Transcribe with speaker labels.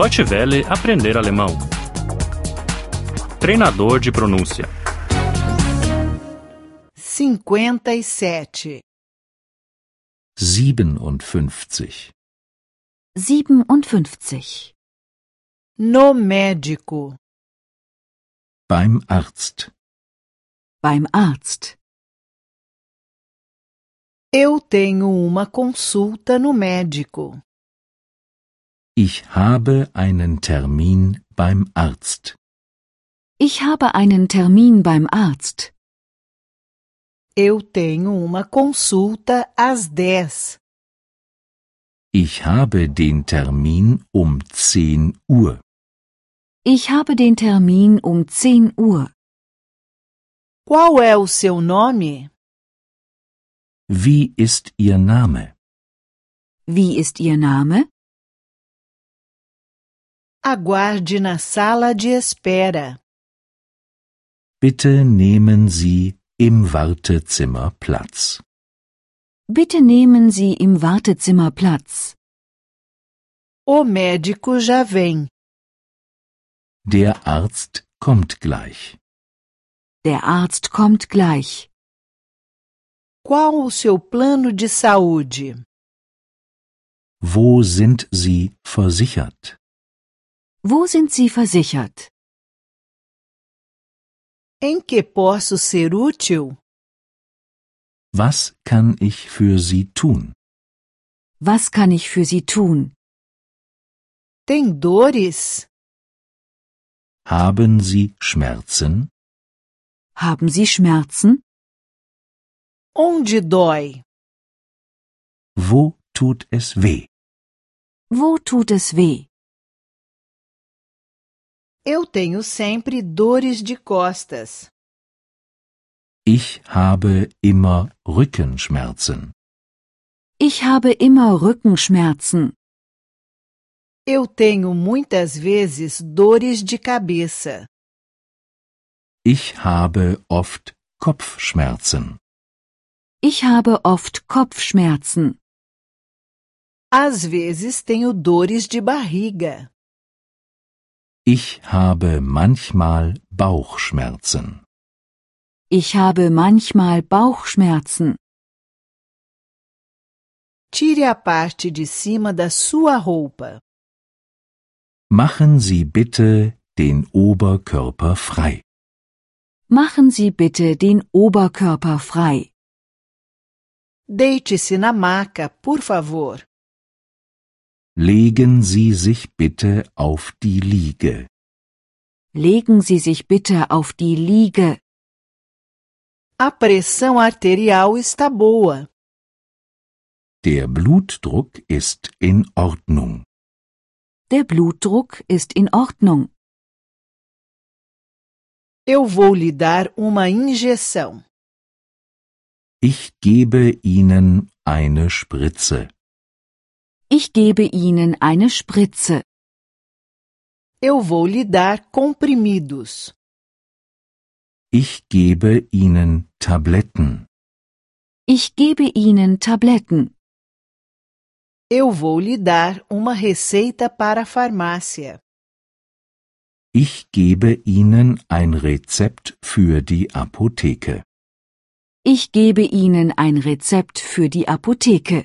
Speaker 1: Deutsche Welle aprender alemão. Treinador de pronúncia.
Speaker 2: 57.
Speaker 3: 57.
Speaker 4: 57.
Speaker 2: No médico.
Speaker 3: Beim Arzt.
Speaker 4: Beim Arzt.
Speaker 2: Eu tenho uma consulta no médico.
Speaker 3: Ich habe einen Termin beim Arzt.
Speaker 4: Ich habe einen Termin beim Arzt.
Speaker 2: Eu tenho uma consulta às 10.
Speaker 3: Ich habe den Termin um 10 Uhr.
Speaker 4: Ich habe den Termin um 10 Uhr.
Speaker 2: Qual é o seu nome?
Speaker 3: Wie ist Ihr Name?
Speaker 4: Wie ist Ihr Name?
Speaker 2: Aguarde na sala de espera.
Speaker 3: Bitte nehmen Sie im Wartezimmer Platz.
Speaker 4: Bitte nehmen Sie im Wartezimmer Platz.
Speaker 2: O médico já vem.
Speaker 3: Der Arzt kommt gleich.
Speaker 4: Der Arzt kommt gleich.
Speaker 2: Qual o seu plano de saúde?
Speaker 3: Wo sind Sie versichert?
Speaker 4: Wo sind Sie versichert?
Speaker 2: Em que posso ser útil?
Speaker 3: Was kann ich für Sie tun?
Speaker 4: Was kann ich für Sie tun?
Speaker 2: Tem dores?
Speaker 3: Haben Sie Schmerzen?
Speaker 4: Haben Sie Schmerzen?
Speaker 2: Onde dói?
Speaker 3: Wo tut es weh?
Speaker 4: Wo tut es weh?
Speaker 2: Eu tenho sempre dores de costas.
Speaker 3: Ich habe immer Rückenschmerzen.
Speaker 4: Ich habe immer Rückenschmerzen.
Speaker 2: Eu tenho muitas vezes dores de cabeça.
Speaker 3: Ich habe oft Kopfschmerzen.
Speaker 4: Ich habe oft Kopfschmerzen.
Speaker 2: Às vezes tenho dores de barriga.
Speaker 3: Ich habe manchmal Bauchschmerzen.
Speaker 4: Ich habe manchmal Bauchschmerzen.
Speaker 2: Tire a parte de cima da sua roupa.
Speaker 3: Machen Sie bitte den Oberkörper frei.
Speaker 4: Machen Sie bitte den Oberkörper frei.
Speaker 2: Deite-se na maca, por favor.
Speaker 3: Legen Sie sich bitte auf die Liege.
Speaker 4: Legen Sie sich bitte auf die Liege.
Speaker 2: A pressão arterial está boa.
Speaker 3: Der Blutdruck ist in Ordnung.
Speaker 4: Der Blutdruck ist in Ordnung.
Speaker 2: Eu vou lhe dar uma injeção.
Speaker 3: Ich gebe Ihnen eine Spritze.
Speaker 4: Ich gebe Ihnen eine Spritze.
Speaker 2: Eu vou lhe dar comprimidos.
Speaker 3: Ich gebe Ihnen Tabletten.
Speaker 4: Ich gebe Ihnen Tabletten.
Speaker 2: Eu vou lhe dar uma receita para a farmácia.
Speaker 3: Ich gebe Ihnen ein Rezept für die Apotheke.
Speaker 4: Ich gebe Ihnen ein Rezept für die Apotheke.